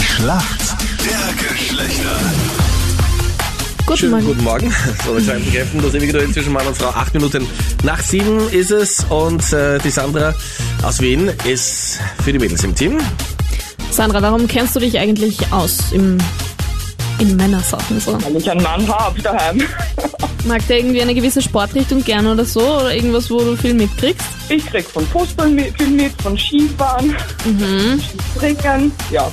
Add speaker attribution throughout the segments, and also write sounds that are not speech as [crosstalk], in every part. Speaker 1: Schlacht der Geschlechter.
Speaker 2: Guten
Speaker 3: Schönen
Speaker 2: Morgen.
Speaker 3: guten Morgen. [laughs] So, ich habe Kräften, das ewige Duell zwischen Mann und Frau. Acht Minuten nach sieben ist es und äh, die Sandra aus Wien ist für die Mädels im Team.
Speaker 2: Sandra, warum kennst du dich eigentlich aus im, in Männersachen so?
Speaker 4: Weil ich einen Mann habe daheim. [laughs]
Speaker 2: Mag der irgendwie eine gewisse Sportrichtung gerne oder so? Oder irgendwas, wo du viel mitkriegst?
Speaker 4: Ich krieg von Fußball mit, viel mit, von Skifahren, Springen. Ja,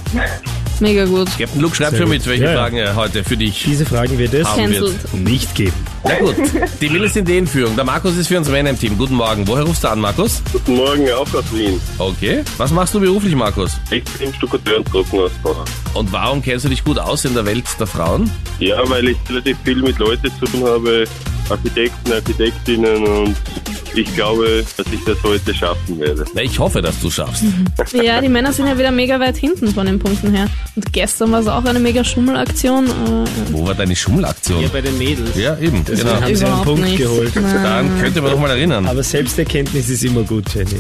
Speaker 2: Mega gut.
Speaker 3: Captain Luke, schreib
Speaker 5: Sehr
Speaker 3: schon
Speaker 5: gut.
Speaker 3: mit, welche
Speaker 5: Ja, ja.
Speaker 3: Fragen er heute für dich
Speaker 5: Diese Fragen wird es
Speaker 3: haben wird.
Speaker 2: Cancelled.
Speaker 5: nicht geben.
Speaker 3: Na gut, die Mädels sind eh in Führung. Der Markus ist für uns Männer im Team. Guten Morgen. Woher rufst du an, Markus?
Speaker 6: Guten Morgen, auch aus Wien.
Speaker 3: Okay. Was machst du beruflich, Markus?
Speaker 6: Ich bin Stuckateur und Trockenausbauer.
Speaker 3: Und warum kennst du dich gut aus in der Welt der Frauen?
Speaker 6: Ja, weil ich relativ viel mit Leuten zu tun habe, Architekten, Architektinnen und ich glaube, dass ich das heute schaffen werde.
Speaker 3: Na, ich hoffe, dass du schaffst.
Speaker 2: [laughs] Mhm. Ja, die Männer sind ja wieder mega weit hinten von den Punkten her. Und gestern war es auch eine mega Schummelaktion. äh, aber,
Speaker 3: Wo war deine Schummelaktion?
Speaker 5: bei den Mädels.
Speaker 3: Ja, eben.
Speaker 5: Deswegen
Speaker 3: Genau.
Speaker 5: haben sie einen
Speaker 2: Überhaupt
Speaker 5: Punkt
Speaker 2: nicht.
Speaker 5: geholt.
Speaker 3: Dann könnte man noch mal erinnern.
Speaker 5: Aber Selbsterkenntnis ist immer gut, Jenny.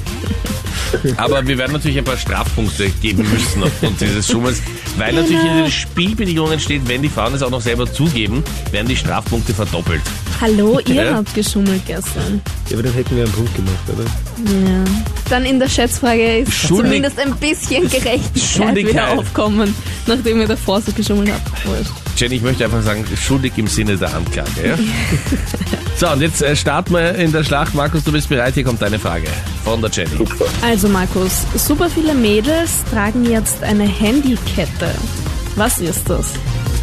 Speaker 3: Aber wir werden natürlich ein paar Strafpunkte geben müssen aufgrund dieses Schummels, weil natürlich in den Spielbedingungen steht, wenn die Frauen es auch noch selber zugeben, werden die Strafpunkte verdoppelt.
Speaker 2: äh, Hallo, ihr
Speaker 3: Ja.
Speaker 2: habt geschummelt gestern.
Speaker 5: Ja, aber dann hätten wir einen Punkt gemacht, oder?
Speaker 2: Ja. Dann in der Schätzfrage ist
Speaker 3: Schuldig-
Speaker 2: zumindest ein bisschen Gerechtigkeit
Speaker 3: Schuldigkeit.
Speaker 2: wieder aufkommen, nachdem ihr davor so geschummelt habt. Wurscht.
Speaker 3: Jenny, ich möchte einfach sagen, schuldig im Sinne der Anklage. Ja? So, und jetzt äh, starten wir in der Schlacht. Markus, du bist bereit, hier kommt deine Frage von der Jenny.
Speaker 2: Also Markus, super viele Mädels tragen jetzt eine Handykette. Was ist das?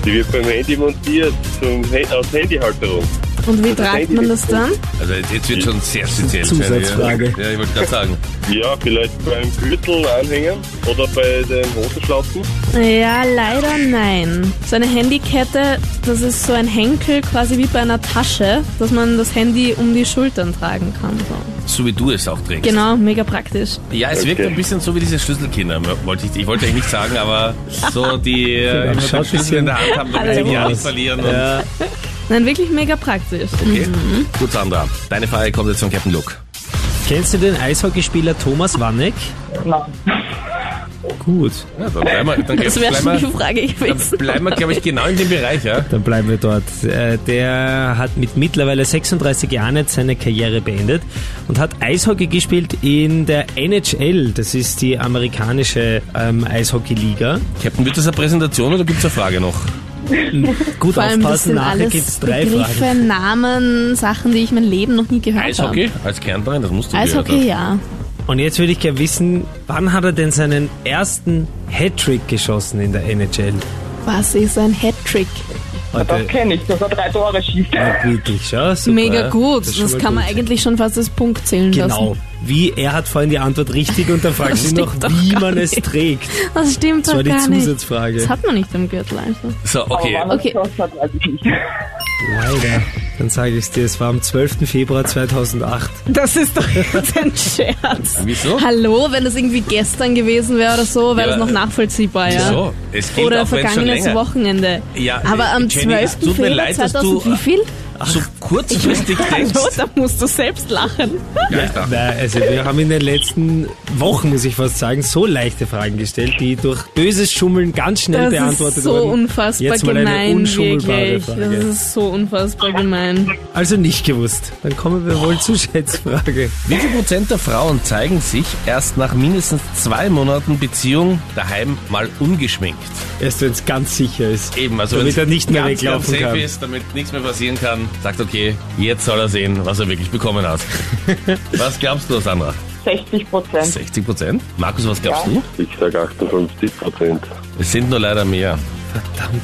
Speaker 6: Die wird beim Handy montiert, zum, Ha- aus Handyhalterung.
Speaker 2: Und wie
Speaker 6: Das
Speaker 2: tragt
Speaker 6: Handy
Speaker 2: man
Speaker 6: ist
Speaker 2: das dann?
Speaker 3: Also jetzt- jetzt wird schon sehr speziell.
Speaker 5: Zusatzfrage.
Speaker 3: Jenny, Ja, ja ich wollte gerade sagen.
Speaker 6: Ja, vielleicht beim Gürtel anhängen oder bei den Hosenschlaufen.
Speaker 2: Ja, leider nein. So eine Handykette, das ist so ein Henkel quasi wie bei einer Tasche, dass man das Handy um die Schultern tragen kann. So.
Speaker 3: So wie du es auch trägst.
Speaker 2: Genau, mega praktisch.
Speaker 3: Ja, es wirkt
Speaker 6: Okay.
Speaker 3: ein bisschen so wie diese Schlüsselkinder. Wollte ich, ich wollte eigentlich nicht sagen, aber so die äh, immer den
Speaker 5: Schaut
Speaker 3: Schlüssel in der Hand haben, damit sie ihn ja nicht verlieren. Und
Speaker 5: Ja,
Speaker 2: Nein, wirklich mega praktisch.
Speaker 3: Okay. Gut, Sandra. Deine Frage kommt jetzt von Captain Luke.
Speaker 5: Kennst du den Eishockeyspieler Thomas Wanneck?
Speaker 4: nein.
Speaker 5: Gut.
Speaker 3: Ja, dann bleiben wir, dann
Speaker 2: Das wäre schon die Frage gewesen.
Speaker 3: glaube ich, genau in dem Bereich. Ja?
Speaker 5: Dann bleiben wir dort. Äh, Der hat mit mittlerweile 36 Jahren jetzt seine Karriere beendet und hat Eishockey gespielt in der NHL. Das ist die amerikanische ähm, Eishockey-Liga.
Speaker 3: Captain, wird das eine Präsentation oder gibt es eine Frage noch?
Speaker 5: Gut
Speaker 2: Vor allem, das
Speaker 5: aufpassen,
Speaker 2: sind
Speaker 5: nachher
Speaker 2: alles
Speaker 5: gibt's drei
Speaker 2: Begriffe,
Speaker 5: Fragen.
Speaker 2: Namen, Sachen, die ich mein Leben noch nie gehört habe.
Speaker 3: Eishockey? Als Kärntnerin, das musst du
Speaker 2: Eishockey,
Speaker 3: gehört
Speaker 2: ja.
Speaker 5: Und jetzt würde ich gerne wissen, wann hat er denn seinen ersten Hattrick geschossen in der NHL?
Speaker 2: Was ist ein Hattrick?
Speaker 5: Heute
Speaker 4: Das kenne ich, dass er drei Tore schießt.
Speaker 5: Ah, wirklich, schau, super.
Speaker 2: Mega gut.
Speaker 5: ist
Speaker 2: Das,
Speaker 5: schon mal
Speaker 2: kann man
Speaker 5: gut.
Speaker 2: eigentlich schon fast als Punkt zählen
Speaker 5: Genau.
Speaker 2: lassen.
Speaker 5: Wie, er hat vorhin die Antwort
Speaker 2: [laughs]
Speaker 5: richtig und dann fragst du ihn
Speaker 2: stimmt
Speaker 5: noch,
Speaker 2: doch
Speaker 5: wie
Speaker 2: gar
Speaker 5: man es
Speaker 2: nicht.
Speaker 5: trägt.
Speaker 2: Das stimmt
Speaker 5: Das
Speaker 2: doch
Speaker 5: war die
Speaker 2: gar nicht. Das
Speaker 5: Zusatzfrage.
Speaker 2: hat man nicht im Gürtel. Also.
Speaker 3: hast. So, okay.
Speaker 4: Aber wann
Speaker 2: Okay.
Speaker 4: er das hat, weiß ich nicht. [laughs]
Speaker 5: Leider. Dann sage ich dir, es war am 12. Februar 2008.
Speaker 2: Das ist doch jetzt ein Scherz. [laughs]
Speaker 3: Wieso?
Speaker 2: Hallo, wenn das irgendwie gestern gewesen wäre oder so, wäre
Speaker 3: Ja,
Speaker 2: das noch nachvollziehbar, ja.
Speaker 3: Wieso? Es geht
Speaker 2: Oder
Speaker 3: auch, wenn's schon
Speaker 2: vergangenes
Speaker 3: länger.
Speaker 2: Wochenende.
Speaker 3: Ja,
Speaker 2: Aber
Speaker 3: äh,
Speaker 2: am
Speaker 3: Jenny, es
Speaker 2: 12.
Speaker 3: tut mir
Speaker 2: Februar
Speaker 3: leid, dass
Speaker 2: 2000,
Speaker 3: du-
Speaker 2: wie viel?
Speaker 3: So kurzfristig denkst.
Speaker 2: [laughs] Hallo, da musst du selbst lachen.
Speaker 3: Ja, ich dachte.
Speaker 5: Na, also wir haben in den letzten Wochen, muss ich fast sagen, so leichte Fragen gestellt, die durch böses Schummeln ganz schnell
Speaker 2: Das
Speaker 5: beantwortet
Speaker 2: ist so
Speaker 5: wurden.
Speaker 2: unfassbar
Speaker 5: Jetzt mal eine
Speaker 2: gemein,
Speaker 5: unschummelbare
Speaker 2: wirklich. Das
Speaker 5: Frage.
Speaker 2: ist so unfassbar gemein.
Speaker 5: Also nicht gewusst. Dann kommen wir wohl zur Schätzfrage.
Speaker 3: Wie viel Prozent der Frauen zeigen sich erst nach mindestens zwei Monaten Beziehung daheim mal ungeschminkt?
Speaker 5: Erst wenn es ganz sicher ist.
Speaker 3: Eben, also
Speaker 5: Damit
Speaker 3: wenn's
Speaker 5: er nicht mehr
Speaker 3: ganz, ganz
Speaker 5: weglaufen
Speaker 3: safe
Speaker 5: kann.
Speaker 3: ist, damit nichts mehr passieren kann, sagt okay, jetzt soll er sehen, was er wirklich bekommen
Speaker 5: [laughs]
Speaker 3: hat. was glaubst du, Sandra?
Speaker 4: 60 Prozent.
Speaker 3: 60 Prozent? Markus, was glaubst du?
Speaker 6: Ich sage 58 Prozent.
Speaker 3: Es sind nur leider mehr.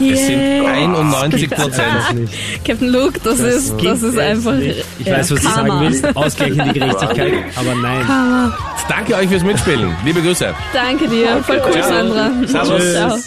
Speaker 3: Es sind
Speaker 2: Yay.
Speaker 3: 91 Prozent.
Speaker 2: Captain Luke, das, ist, das ist einfach.
Speaker 5: Ich
Speaker 2: ja,
Speaker 5: weiß, was du sagen
Speaker 2: Karma.
Speaker 5: willst.
Speaker 2: [laughs]
Speaker 5: Ausgleichende Gerechtigkeit. Aber nein.
Speaker 3: Danke euch fürs Mitspielen. Liebe Grüße.
Speaker 2: Danke dir. Voll cool,
Speaker 3: Ciao.
Speaker 2: Sandra.
Speaker 3: Servus.
Speaker 2: Ciao.